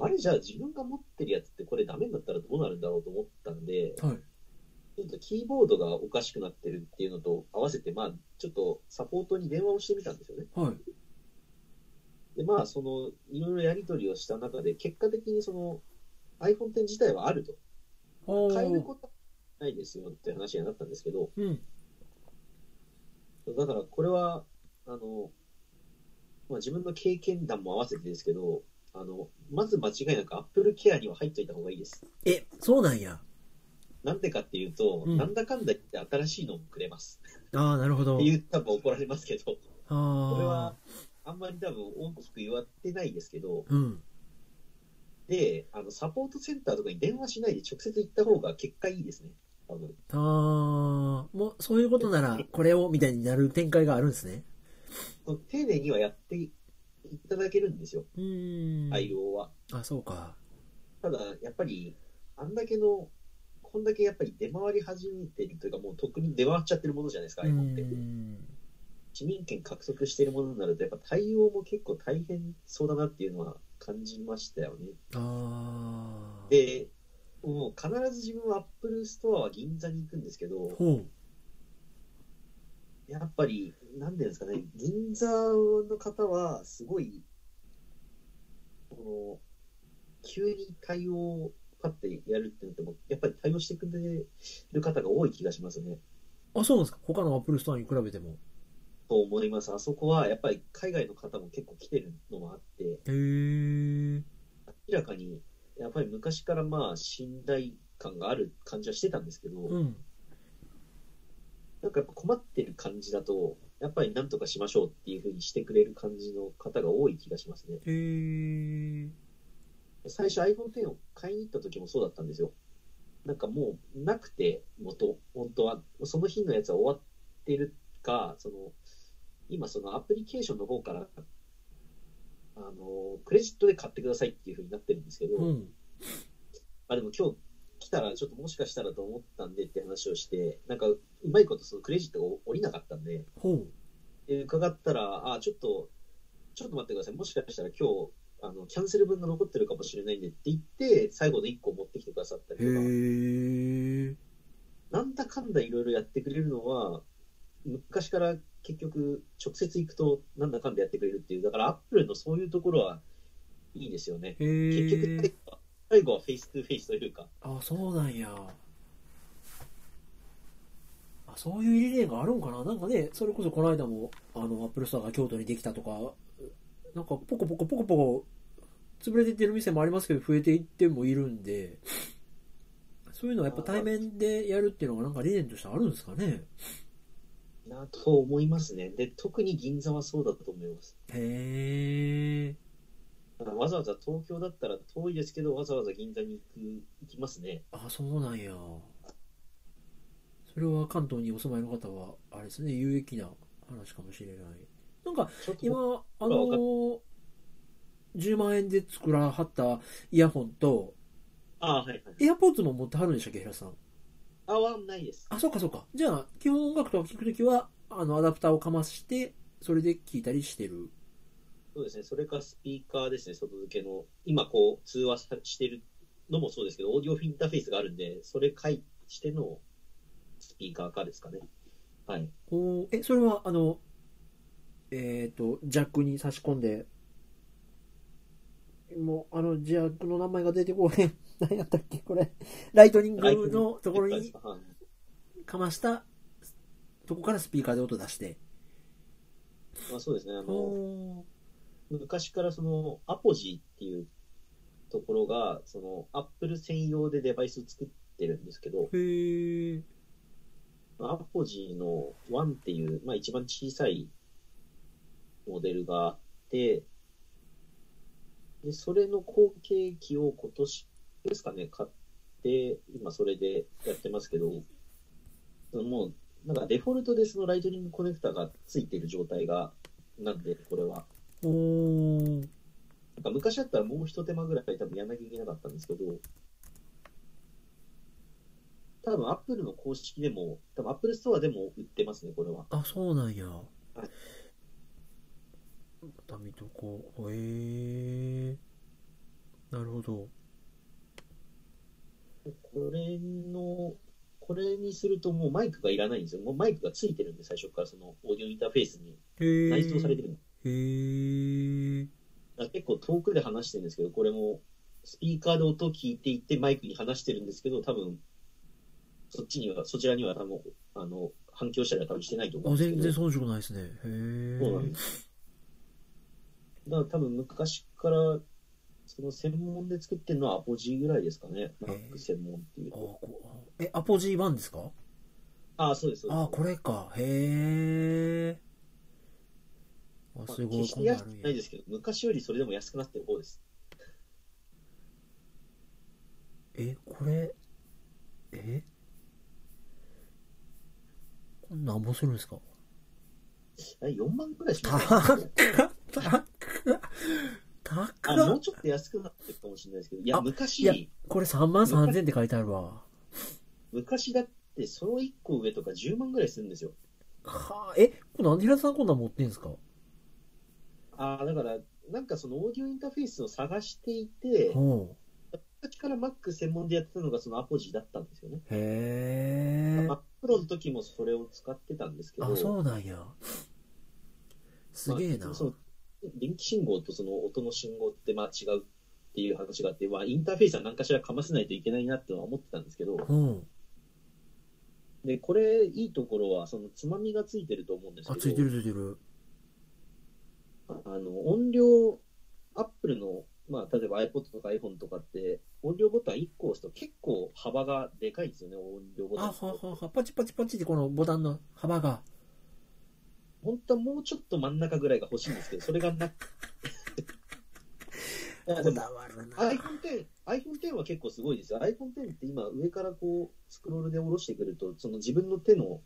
[SPEAKER 2] あれじゃあ自分が持ってるやつってこれダメになったらどうなるんだろうと思ったんで、
[SPEAKER 1] はい
[SPEAKER 2] ちょっとキーボードがおかしくなってるっていうのと合わせて、まあ、ちょっとサポートに電話をしてみたんですよね。
[SPEAKER 1] はい。
[SPEAKER 2] で、まあ、その、いろいろやり取りをした中で、結果的にその、iPhone X 自体はあると。
[SPEAKER 1] お
[SPEAKER 2] 変える
[SPEAKER 1] ー。
[SPEAKER 2] ことはないですよって話になったんですけど、
[SPEAKER 1] うん。
[SPEAKER 2] だからこれは、あの、まあ、自分の経験談も合わせてですけど、あの、まず間違いなく Apple Care には入っといた方がいいです。
[SPEAKER 1] え、そうなんや。
[SPEAKER 2] なんでかっていうと、
[SPEAKER 1] うん
[SPEAKER 2] なんだかんだ言って新しいのをくれます。
[SPEAKER 1] ああ、なるほど
[SPEAKER 2] って。いう、多分怒られますけど、これ
[SPEAKER 1] あ
[SPEAKER 2] は、あんまり多分大きく言わってないですけど、
[SPEAKER 1] あ。うん。
[SPEAKER 2] で、あの、サポートセンターとかに電話しないで直接行った方が結果いいですね。多分。
[SPEAKER 1] ああ。もう、そういうことなら、これを、みたいになる展開があるんですね。
[SPEAKER 2] その丁寧にはやっていただけるんですよ、
[SPEAKER 1] うーん。
[SPEAKER 2] 対応は。
[SPEAKER 1] あ、そうか。
[SPEAKER 2] ただ、やっぱり、あんだけの、こんだけやっぱり出回り始めてるというか、もうとっくに出回っちゃってるものじゃないですか、
[SPEAKER 1] うー
[SPEAKER 2] iPhone って。
[SPEAKER 1] ん。
[SPEAKER 2] 市民権獲得してるものになると、やっぱ対応も結構大変そうだなっていうのは感じましたよね。
[SPEAKER 1] ああ。
[SPEAKER 2] で、もう必ず自分は Apple ストアは銀座に行くんですけど、
[SPEAKER 1] ほう。
[SPEAKER 2] やっぱり、なんていうんですかね、銀座の方は、すごい、この、急に対応をパッてやるってなっても、やっぱり対応してくれる方が多い気がしますね。
[SPEAKER 1] あ、そうなんですか。他のアップルストアに比べても。
[SPEAKER 2] と思います。あそこは、やっぱり海外の方も結構来てるのもあって、
[SPEAKER 1] へえ。
[SPEAKER 2] 明らかに、やっぱり昔からまあ、信頼感がある感じはしてたんですけど、
[SPEAKER 1] うん。
[SPEAKER 2] なんかやっぱ困ってる感じだと、やっぱりなんとかしましょうっていうふうにしてくれる感じの方が多い気がしますね。
[SPEAKER 1] へえ。
[SPEAKER 2] 最初 iPhone X を買いに行った時もそうだったんですよ。なんかもうなくて、元、本当は、その日のやつは終わってるか、その、今そのアプリケーションの方から、あの、クレジットで買ってくださいっていう風になってるんですけど、
[SPEAKER 1] うん。
[SPEAKER 2] あ、でも今日来たらちょっともしかしたらと思ったんでって話をして、なんかうまいことそのクレジットが降りなかったんで、
[SPEAKER 1] ほう。
[SPEAKER 2] で伺ったら、あ、ちょっと、ちょっと待ってください。もしかしたら今日、あの、キャンセル分が残ってるかもしれないんでって言って、最後の1個持ってきてくださったり
[SPEAKER 1] へ
[SPEAKER 2] とか、
[SPEAKER 1] え。
[SPEAKER 2] なんだかんだいろいろやってくれるのは、昔から結局、直接行くと、なんだかんだやってくれるっていう、だからアップルのそういうところはいいですよね。
[SPEAKER 1] へ
[SPEAKER 2] 結局
[SPEAKER 1] え。
[SPEAKER 2] 最後は、最後はフェイストゥフェイスというか、
[SPEAKER 1] あ、そうなんや。あ、そういう理念があるんかななんかね、それこそこの間も、あの、アップルストアが京都にできたとか、なんかポコポコポコポコ、潰れていってる店もありますけど、増えていってもいるんで、そういうのはやっぱ対面でやるっていうのがなんか理念としてあるんですかね
[SPEAKER 2] なと思いますね。で、特に銀座はそうだと思います。
[SPEAKER 1] へえ。
[SPEAKER 2] わざわざ東京だったら遠いですけど、わざわざ銀座に行く、行きますね。
[SPEAKER 1] あ、そうなんや。それは関東にお住まいの方は、あれですね、有益な話かもしれない。なんか、
[SPEAKER 2] ちょっと
[SPEAKER 1] 今、あのー、10万円で作らはったイヤホンと、
[SPEAKER 2] あはいはい。
[SPEAKER 1] エアポーツも持ってはるんでしたっけ、平田さん。
[SPEAKER 2] あはないです。
[SPEAKER 1] あ、そうかそうか。じゃあ、基本音楽とか聴くときは、あの、アダプターをかまして、それで聴いたりしてる。
[SPEAKER 2] そうですね。それかスピーカーですね、外付けの。今こう、通話さしてるのもそうですけど、オーディオフィンターフェースがあるんで、それ回してのスピーカーかですかね。はい。
[SPEAKER 1] おーえ、それは、あの、えっ、と、ジャックに差し込んで、もう、あの、ジャックの名前が出てこへん。 (laughs) 何やったっけ、これ。ライトニン
[SPEAKER 2] ライト
[SPEAKER 1] グ
[SPEAKER 2] ニング
[SPEAKER 1] のところ
[SPEAKER 2] です
[SPEAKER 1] に
[SPEAKER 2] かはい
[SPEAKER 1] かました、とこからスピーカーで音出して。
[SPEAKER 2] まあ、そうですね。あの、
[SPEAKER 1] おー
[SPEAKER 2] 昔からその、アポジーっていうところが、その、アップル専用でデバイス作ってるんですけど、
[SPEAKER 1] へえ。
[SPEAKER 2] アポジーの1っていう、まあ、一番小さいモデルがあって、で、それの後継機を今年ですかね、買って、今それでやってますけど、もうなんかデフォルトでそのライトニングコネクタがついてる状態が、なんで、これは。
[SPEAKER 1] おー
[SPEAKER 2] なんか昔だったらもう一手間ぐらい多分やんなきゃいけなかったんですけど、多分アップルの公式でも、多分アップルストアでも売ってますね、これは。
[SPEAKER 1] あそうなんや
[SPEAKER 2] い
[SPEAKER 1] また見とこうへえなるほど
[SPEAKER 2] これの、これにするともうマイクがいらないんですよ。もうマイクがついてるんで、最初からそのオーディオインターフェースに
[SPEAKER 1] へえ
[SPEAKER 2] 内蔵されてるんで
[SPEAKER 1] へえ
[SPEAKER 2] だから結構遠くで話してるんですけど、これもスピーカーで音を聞いていってマイクに話してるんですけど、多分そっちには、そちらには多分、あの、反響したりは多分してないと思う
[SPEAKER 1] あ
[SPEAKER 2] んですけ
[SPEAKER 1] 全
[SPEAKER 2] ど。
[SPEAKER 1] 然遜色ないですねへえ
[SPEAKER 2] そうなんです。だから多分昔から、その専門で作ってるのはアポジーぐらいですかね。
[SPEAKER 1] ー
[SPEAKER 2] マック専門っていう
[SPEAKER 1] あ
[SPEAKER 2] と。
[SPEAKER 1] こえアポ G1 ですか
[SPEAKER 2] ああ、そうです、そうです。
[SPEAKER 1] あこれかへえあ
[SPEAKER 2] まあ
[SPEAKER 1] すご
[SPEAKER 2] 決
[SPEAKER 1] い
[SPEAKER 2] して
[SPEAKER 1] んなん
[SPEAKER 2] 安
[SPEAKER 1] あ
[SPEAKER 2] く
[SPEAKER 1] るん
[SPEAKER 2] ない
[SPEAKER 1] や
[SPEAKER 2] ですけど、昔よりそれでも安くなってる方です。
[SPEAKER 1] えこれえこんなんぼするんですか
[SPEAKER 2] あれ4万くらいしました
[SPEAKER 1] 高
[SPEAKER 2] っ
[SPEAKER 1] っ
[SPEAKER 2] け
[SPEAKER 1] 高っ
[SPEAKER 2] あ
[SPEAKER 1] 高
[SPEAKER 2] も
[SPEAKER 1] っ
[SPEAKER 2] うちょっと安くなってるかもしれないですけど、いや、
[SPEAKER 1] あいや
[SPEAKER 2] 昔、
[SPEAKER 1] これ3万3000って書いてあるわ
[SPEAKER 2] 昔だって、その1個上とか10万くらいするんですよ。
[SPEAKER 1] はあえこれなんで平田さんこんなん持ってんすか
[SPEAKER 2] ああ、だから、なんかそのオーディオインターフェースを探していて、
[SPEAKER 1] ほ
[SPEAKER 2] 昔から Mac 専門でやってたのがそのアポジーだったんですよね。
[SPEAKER 1] うへえ
[SPEAKER 2] Mac Pro の時もそれを使ってたんですけど、
[SPEAKER 1] あそうなんやすげえな、
[SPEAKER 2] まあその電気信号とその音の信号ってまあ違うっていう話があって、まあ、インターフェースは何かしらかませないといけないなってのは思ってたんですけど、
[SPEAKER 1] うん
[SPEAKER 2] でこれ、いいところは、そのつまみがついてると思うんです
[SPEAKER 1] あ
[SPEAKER 2] けど、
[SPEAKER 1] ついてるついてる
[SPEAKER 2] あの音量、アップルの、まあ、例えば iPod とか iPhone とかって、音量ボタン1個押すと結構幅がでかいんですよね、音量ボタ
[SPEAKER 1] あ
[SPEAKER 2] ン
[SPEAKER 1] は。ははパチパチパチってこのボタンの幅が
[SPEAKER 2] 本当はもうちょっと真ん中ぐらいが欲しいんですけど、それが
[SPEAKER 1] (laughs)
[SPEAKER 2] なくいやでも
[SPEAKER 1] わる
[SPEAKER 2] iPhone X iPhone X は結構すごいですよ。iPhone X って今上からこうスクロールで下ろしてくると、その自分の手の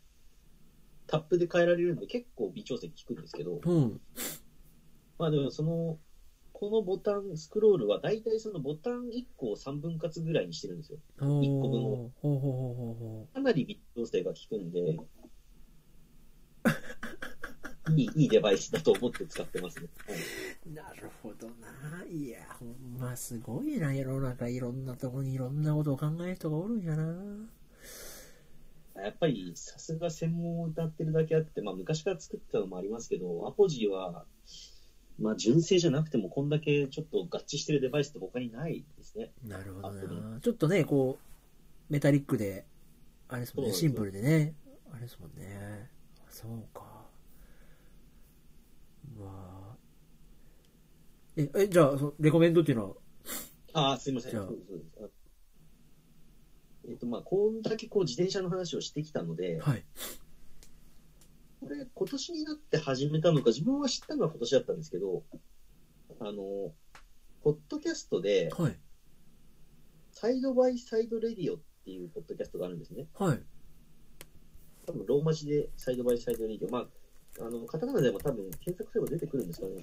[SPEAKER 2] タップで変えられるんで結構微調整効くんですけど、
[SPEAKER 1] うん
[SPEAKER 2] まあでもその、このボタン、スクロールは大体そのボタン1個を3分割ぐらいにしてるんですよ。
[SPEAKER 1] ほう
[SPEAKER 2] 一個分
[SPEAKER 1] ほうほうほうほ
[SPEAKER 2] かなり微調整が効く
[SPEAKER 1] (laughs)
[SPEAKER 2] んで、いい、いいデバイスだと思って使ってますね。はいう
[SPEAKER 1] なるほどないやほんますごいな世の中いろんなとこにいろんなことを考える人がおるんやな
[SPEAKER 2] やっぱりさすが専門を歌ってるだけあって、まあ、昔から作ってたのもありますけど、アポジーは、まあ、純正じゃなくても、こんだけちょっと合致してるデバイスって他にないですね。
[SPEAKER 1] なるほ
[SPEAKER 2] どな
[SPEAKER 1] ちょっとねこうメタリックであれですもんね
[SPEAKER 2] そ
[SPEAKER 1] シ
[SPEAKER 2] う
[SPEAKER 1] ンプルでねあれですもんねそうかまあええじゃあそのレコメンドっていうのは
[SPEAKER 2] ああ、すいません。
[SPEAKER 1] じ
[SPEAKER 2] そ
[SPEAKER 1] ゃあ
[SPEAKER 2] うですそうですあえっと、まあ、こんだけこう自転車の話をしてきたので、
[SPEAKER 1] はい
[SPEAKER 2] これ、今年になって始めたのか、自分は知ったのは今年だったんですけど、あの、ポッドキャストで、
[SPEAKER 1] はい
[SPEAKER 2] サイドバイサイドレディオっていうポッドキャストがあるんですね。
[SPEAKER 1] はい
[SPEAKER 2] 多分ローマ字でサイドバイサイドリード、まあ、あのカタカナでも多分検索すれば出てくるんですかね。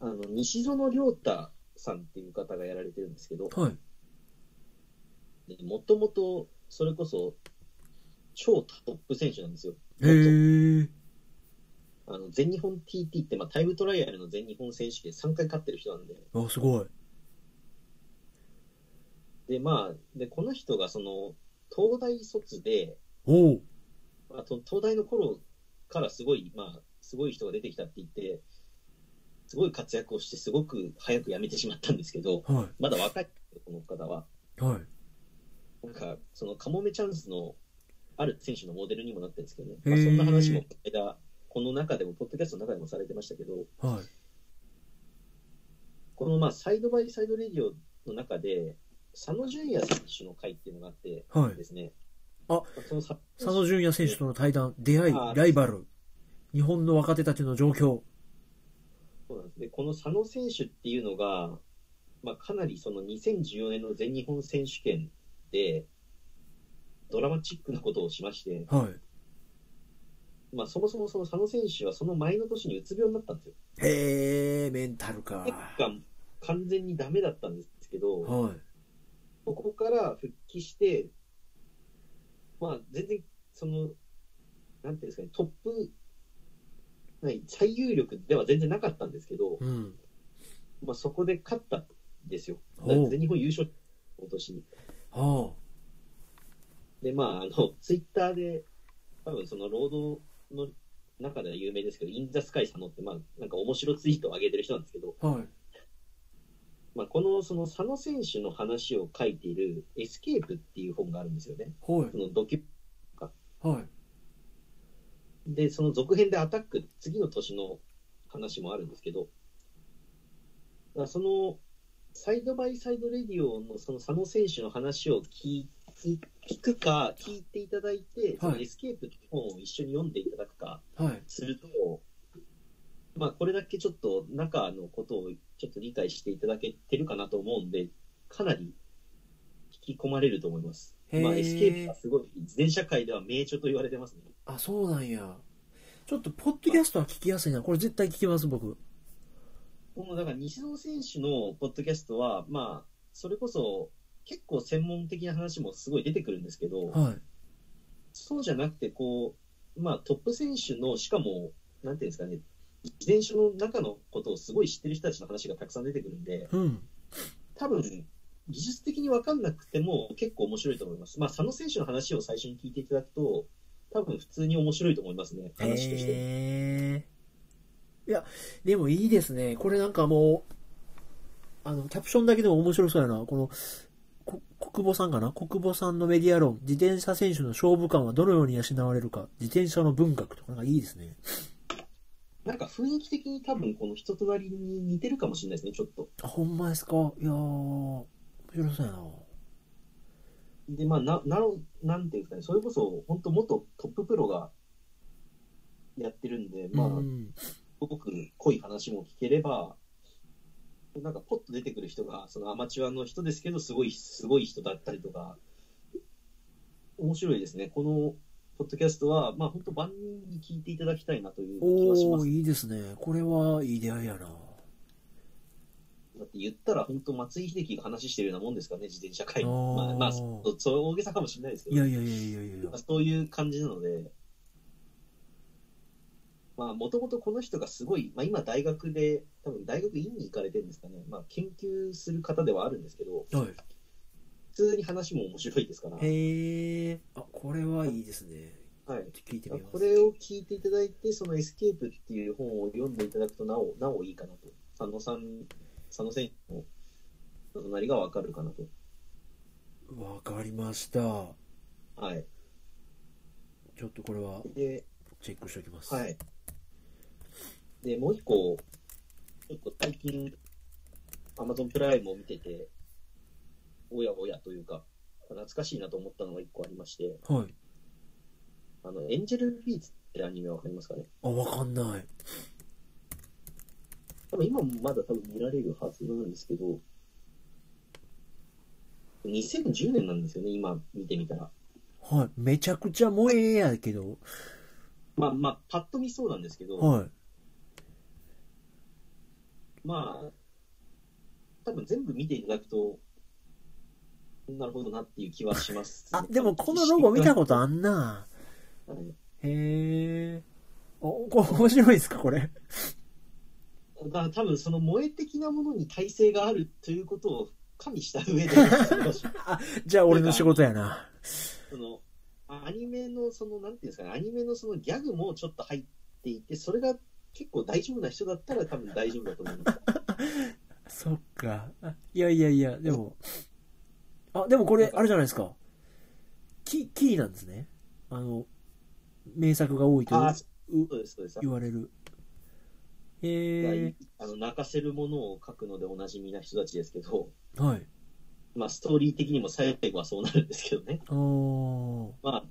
[SPEAKER 2] あの西園亮太さんっていう方がやられてるんですけど、
[SPEAKER 1] はい
[SPEAKER 2] もともとそれこそ超トップ選手なんですよ。
[SPEAKER 1] へえ
[SPEAKER 2] あの全日本 TT って、まあ、タイムトライアルの全日本選手権3回勝ってる人なんで、
[SPEAKER 1] あすごい
[SPEAKER 2] で、まあ、でこの人がその東大卒で、
[SPEAKER 1] おお
[SPEAKER 2] あと東大の頃からすごい、まあ、すごい人が出てきたって言って、すごい活躍をして、すごく早く辞めてしまったんですけど、
[SPEAKER 1] は
[SPEAKER 2] まだ若い、この方は。
[SPEAKER 1] いはい
[SPEAKER 2] なんか、そのカモメチャンスのある選手のモデルにもなってるんですけどね、
[SPEAKER 1] へー
[SPEAKER 2] まあ、そんな話もこの間、この中でも、ポッドキャストの中でもされてましたけど、
[SPEAKER 1] はい
[SPEAKER 2] このまあサイドバイサイドレディオの中で、佐野純也選手の会っていうのがあって
[SPEAKER 1] はい
[SPEAKER 2] ですね、
[SPEAKER 1] あ
[SPEAKER 2] その佐
[SPEAKER 1] 佐野純也選手との対談、出会い
[SPEAKER 2] あ、ー
[SPEAKER 1] ライバル、日本の若手たちの状況。
[SPEAKER 2] そうなんですね、この佐野選手っていうのが、まあ、かなりその2014年の全日本選手権で、ドラマチックなことをしまして、
[SPEAKER 1] はい。
[SPEAKER 2] まあ、そもそもその佐野選手はその前の年にうつ病になったんですよ。
[SPEAKER 1] へえ、メンタルか。
[SPEAKER 2] 結果、完全にダメだったんですけど、
[SPEAKER 1] は
[SPEAKER 2] ここから復帰して、まあ、全然、その、なんていうんですかね、トップ、ない最有力では全然なかったんですけど、
[SPEAKER 1] い。うん。
[SPEAKER 2] まあ、そこで勝ったんですよ。だから
[SPEAKER 1] ほう
[SPEAKER 2] 全。日本優勝、今年に。
[SPEAKER 1] は
[SPEAKER 2] で、まあ、あの、 (laughs) ツイッターで、多分その、労働の中では有名ですけど、インザスカイ佐野って、まあ、なんか面白ツイートを上げてる人なんですけど、
[SPEAKER 1] あ。はい。
[SPEAKER 2] まあ、この、その、佐野選手の話を書いている、エスケープっていう本があるんですよね。
[SPEAKER 1] は
[SPEAKER 2] その、ドキュ
[SPEAKER 1] い。はい。
[SPEAKER 2] で、その続編でアタック、次の年の話もあるんですけど、だからそのサイドバイサイドレディオのその佐野選手の話を聞聞聞くか、聞いていただいて、そのエスケープの本を一緒に読んでいただくか
[SPEAKER 1] はい。
[SPEAKER 2] すると、まあ、これだけちょっと中のことをちょっと理解していただけてるかなと思うんで、かなり引き込まれると思います。
[SPEAKER 1] へー
[SPEAKER 2] まあ、エスケープはすごい、全社会では名著と言われてますね。
[SPEAKER 1] あ、そうなんや。ちょっと、ポッドキャストは聞きやすいな。これ絶対聞きます、僕。
[SPEAKER 2] このだから西野選手のポッドキャストは、まあ、それこそ結構専門的な話もすごい出てくるんですけど、
[SPEAKER 1] は
[SPEAKER 2] そうじゃなくてこう、まあ、トップ選手の、しかも、なんていうんですかね、自転車の中のことをすごい知ってる人たちの話がたくさん出てくるんで、
[SPEAKER 1] い。うん。
[SPEAKER 2] 多分技術的に分かんなくても結構面白いと思います。まあ、佐野選手の話を最初に聞いていただくと、多分普通に面白いと思いますね、話として。
[SPEAKER 1] へーいや、でもいいですね。これなんかもう、あの、キャプションだけでも面白そうやな。この、こ国母さんかな国母さんのメディア論、自転車選手の勝負感はどのように養われるか、自転車の文学とか、なんかいいですね。
[SPEAKER 2] なんか雰囲気的に多分この人となりに似てるかもしれないですね、ちょっと。
[SPEAKER 1] あ、ほんまですかいやー、面白そうやな。
[SPEAKER 2] で、まあ、な、なお、なんていうんですかね、それこそ、本当元トッププロがやってるんで、まあ、
[SPEAKER 1] う
[SPEAKER 2] す
[SPEAKER 1] ん、
[SPEAKER 2] ごく濃い話も聞ければ、なんかポッと出てくる人が、そのアマチュアの人ですけど、すごい、すごい人だったりとか、面白いですね。この、ポッドキャストは、まあ、本当万人に聞いていただきたいなという気はしま
[SPEAKER 1] お
[SPEAKER 2] す
[SPEAKER 1] ー、。いいですね。これはいい出会いやな。
[SPEAKER 2] だって言ったら、本当松井秀喜が話してるようなもんですかね、自転車界
[SPEAKER 1] あ
[SPEAKER 2] の。ま
[SPEAKER 1] ー
[SPEAKER 2] あ、まあ、そうそう大げさかもしれないですけど
[SPEAKER 1] い。やいやいやいやいやいや
[SPEAKER 2] まあ。そういう感じなので、まあ、もともとこの人がすごい、まあ、今、大学で、多分大学院に行かれてるんですかね、まあ、研究する方ではあるんですけど、
[SPEAKER 1] はい。
[SPEAKER 2] 普通に話も面白いですから、はい、
[SPEAKER 1] へえ。あ、これはいいですね。聞いてみます。
[SPEAKER 2] これを聞いていただいて、そのエスケープっていう本を読んでいただくとなお、なおいいかなと、佐野さん、佐野選手の人となりがわかるかなと。
[SPEAKER 1] わかりました。
[SPEAKER 2] はい。
[SPEAKER 1] ちょっとこれは
[SPEAKER 2] で、
[SPEAKER 1] チェックしておきます。
[SPEAKER 2] は。い。で、もう一個、ちょっと最近、アマゾンプライムを見てて、おやおやというか、懐かしいなと思ったのが一個ありまして、
[SPEAKER 1] はい。
[SPEAKER 2] あの、エンジェルビーツってアニメわかりますかね
[SPEAKER 1] あ、わかんない。
[SPEAKER 2] 多分今もまだ多分見られるはずなんですけど、2010年なんですよね、今見てみたら。
[SPEAKER 1] はい。めちゃくちゃ萌えやけど。
[SPEAKER 2] まあまあ、パッと見そうなんですけど、
[SPEAKER 1] はい。
[SPEAKER 2] まあ、多分全部見ていただくと、なるほどなっていう気はします、
[SPEAKER 1] あ、でもこのロゴ見た
[SPEAKER 2] こ
[SPEAKER 1] ことあんな。
[SPEAKER 2] と
[SPEAKER 1] へえ。お、こ面白いですか、これ。
[SPEAKER 2] まあ、多分その萌え的なものに耐性があるということを加味した上で、
[SPEAKER 1] (laughs) じゃあ俺の仕事やな。
[SPEAKER 2] そのアニメのその、なんていうんですかね、アニメのそのギャグもちょっと入っていて、それが結構大丈夫な人だったら多分大丈夫だと思います。
[SPEAKER 1] そっか。あいやいやいや、でも。あ、でもこれ、あれじゃないですか。キ、キーなんですね。あの、名作が多いと
[SPEAKER 2] ああ、
[SPEAKER 1] いう
[SPEAKER 2] そうです、そうです。
[SPEAKER 1] 言われる。へえ。
[SPEAKER 2] あの泣かせるものを書くのでおなじみな人たちですけど、
[SPEAKER 1] はい。
[SPEAKER 2] まあ、ストーリー的にも最後はそうなるんですけどね。 (laughs)
[SPEAKER 1] あー
[SPEAKER 2] まあ、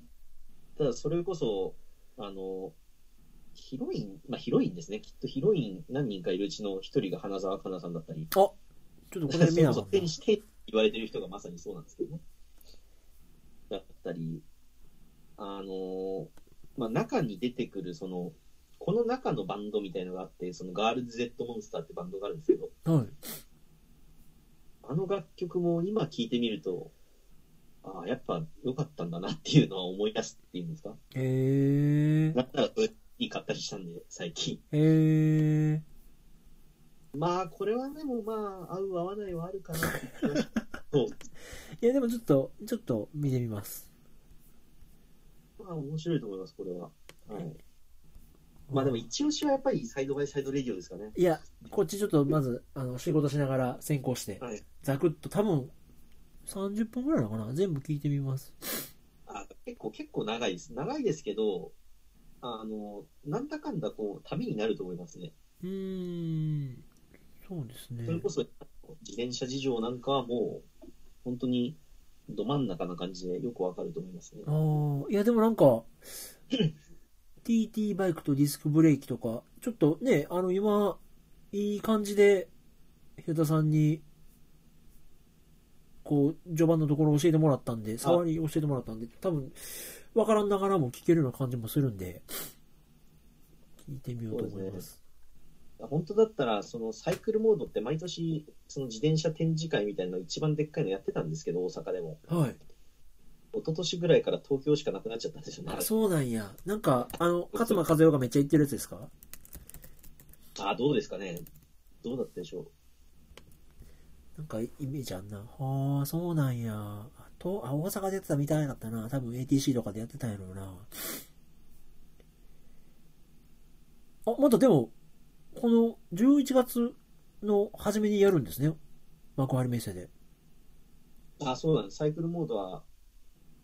[SPEAKER 2] ただそれこそ、あの、ヒロイン、まあヒロインですね。きっとヒロイン何人かいるうちの一人が花澤香菜さんだったり。
[SPEAKER 1] ちょっとこ
[SPEAKER 2] そ
[SPEAKER 1] れ
[SPEAKER 2] れ
[SPEAKER 1] 見な
[SPEAKER 2] こ
[SPEAKER 1] か
[SPEAKER 2] そ
[SPEAKER 1] っ
[SPEAKER 2] 天使天使って言われてる人がまさにそうなんですけどね。だったり、あの、まあ、中に出てくる、その、この中のバンドみたいのがあって、そのガールズ・ゼット・モンスターってバンドがあるんですけど、
[SPEAKER 1] はい。
[SPEAKER 2] あの楽曲も今聴いてみると、ああ、やっぱ良かったんだなっていうのは思い出すっていうんですか。
[SPEAKER 1] へえ
[SPEAKER 2] だったら、いい買ったりしたんで、最近。
[SPEAKER 1] へえ
[SPEAKER 2] (laughs) まあ、これはでもまあ、合う合わないはあるかなって気がしそう。
[SPEAKER 1] いや、でもちょっと、ちょっと見てみます。
[SPEAKER 2] まあ、面白いと思います、これは。はい。まあでも、一押しはやっぱりサイドバイサイドレディオですかね。
[SPEAKER 1] いや、こっちちょっとまず、あの、仕事しながら先行して、
[SPEAKER 2] はい。
[SPEAKER 1] ざくっと多分、30分ぐらいなのかな全部聞いてみます。
[SPEAKER 2] あ結構、結構長いです。長いですけど、あの、なんだかんだこう、旅になると思いますね。
[SPEAKER 1] うーん、そうですね
[SPEAKER 2] そ。れこそ、自転車事情なんかはもう、本当に、ど真ん中な感じでよくわかると思いますね。
[SPEAKER 1] ああ、いやでもなん
[SPEAKER 2] (laughs)
[SPEAKER 1] か、TT バイクとディスクブレーキとか、ちょっとね、あの今、いい感じで、ひゅたさんに、こう、序盤のところ教えてもらったんで、触り教えてもらったんで、多分、わからんながらも聞けるような感じもするんで、聞いてみようと思います。
[SPEAKER 2] 本当だったら、そのサイクルモードって毎年、その自転車展示会みたいなの一番でっかいのやってたんですけど、大阪でも。
[SPEAKER 1] はい。
[SPEAKER 2] 一昨年ぐらいから東京しかなくなっちゃったんですよね。
[SPEAKER 1] あ、そうなんや。なんか、あの、勝間和代がめっちゃ言ってるやつですか
[SPEAKER 2] あ、どうですかね。どうだったでしょう。
[SPEAKER 1] なんかイメージあんな。はあ、そうなんや。あと、あ、大阪でやってたみたいだったな。多分 ATC とかでやってたんやろうな。あ、まだでも、この11月の初めにやるんですね。幕張メッセで。
[SPEAKER 2] あ、そうなんです。サイクルモードは、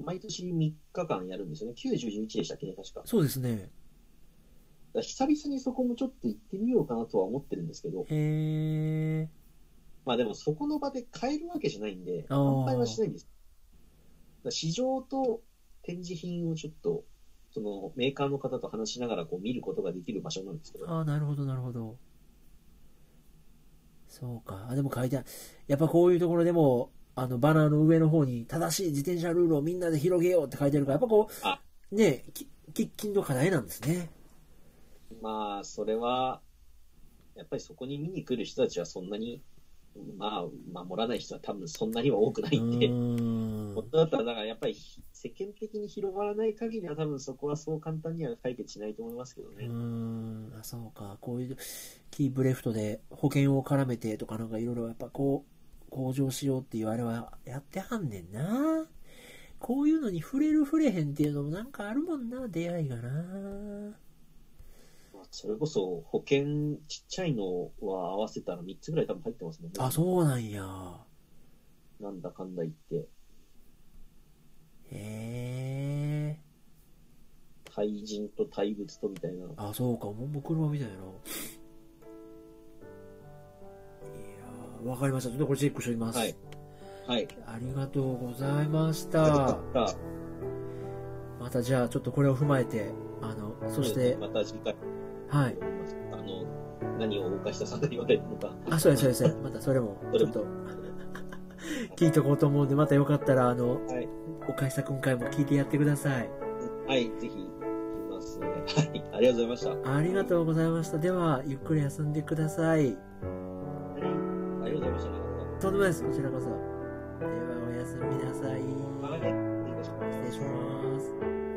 [SPEAKER 2] 毎年3日間やるんですよね。9、10、11でしたっけね、確か。だか
[SPEAKER 1] そうですね。
[SPEAKER 2] ら久々にそこもちょっと行ってみようかなとは思ってるんですけど、
[SPEAKER 1] へえ。
[SPEAKER 2] まあでもそこの場で買えるわけじゃないんで、
[SPEAKER 1] あー
[SPEAKER 2] 販売はしないんです。だから市場と展示品をちょっと、そのメーカーの方と話しながらこう見ることができる場所なんですけど、
[SPEAKER 1] ああ、なるほど、なるほど。そうか。あ、でも書いてある。やっぱこういうところでも、あの、バナーの上の方に、正しい自転車ルールをみんなで広げようって書いてあるから、やっぱこ
[SPEAKER 2] あ
[SPEAKER 1] う、ねえ、き喫緊の課題なんですね。
[SPEAKER 2] まあそれは、やっぱりそこに見に来る人たちはそんなに、まあ守らない人は多分そんなには多くな
[SPEAKER 1] う
[SPEAKER 2] いんで、
[SPEAKER 1] ーん
[SPEAKER 2] 本。当だったら、だからやっぱり世間的に広まらない限りは、多分そこはそう簡単には解決しないと思いますけど
[SPEAKER 1] うー
[SPEAKER 2] ね。
[SPEAKER 1] ん。あ、そうか。こういう、キープレフトで保険を絡めてとかなんかいろいろやっぱこう、向上しようっていうあれはやってはんねんな。こういうのに触れる触れへんっていうのもなんかあるもんな、出会いがな。
[SPEAKER 2] それこそ保険ちっちゃいのは合わせたら3つぐらい多分入ってますもんね。
[SPEAKER 1] あ、そうなんや。
[SPEAKER 2] なんだかんだ言って。
[SPEAKER 1] へえ。
[SPEAKER 2] 対人と対物とみたいな。
[SPEAKER 1] あ、そうか、もも車みたいな。いやーわかりました。ちょっとこれチェックしておきます。
[SPEAKER 2] はい。はい。
[SPEAKER 1] ありがとうございまし
[SPEAKER 2] よ
[SPEAKER 1] た。
[SPEAKER 2] かった
[SPEAKER 1] またじゃあ、ちょっとこれを踏まえて、あの、そして、
[SPEAKER 2] また次回、
[SPEAKER 1] はい。
[SPEAKER 2] あの、何を大下さんが言われるのか。
[SPEAKER 1] あ、そうや、そうや、そうや。またそれも、
[SPEAKER 2] そ
[SPEAKER 1] ちょ
[SPEAKER 2] れ
[SPEAKER 1] っ
[SPEAKER 2] も
[SPEAKER 1] と、聞いとこうと思うんで、またよかったら、あの、
[SPEAKER 2] はい。
[SPEAKER 1] お返しさくん会も聞いてやってください。
[SPEAKER 2] はい、ぜひ、行きますね。はい。ありがとうございまし
[SPEAKER 1] ありがとうございました。では、ゆっくり休んでください。
[SPEAKER 2] た。はい。ありがとうございました。
[SPEAKER 1] とんでもないです。こちらこそ。では、おやすみなさい。
[SPEAKER 2] はい。失礼いた
[SPEAKER 1] 失礼し
[SPEAKER 2] します
[SPEAKER 1] ます。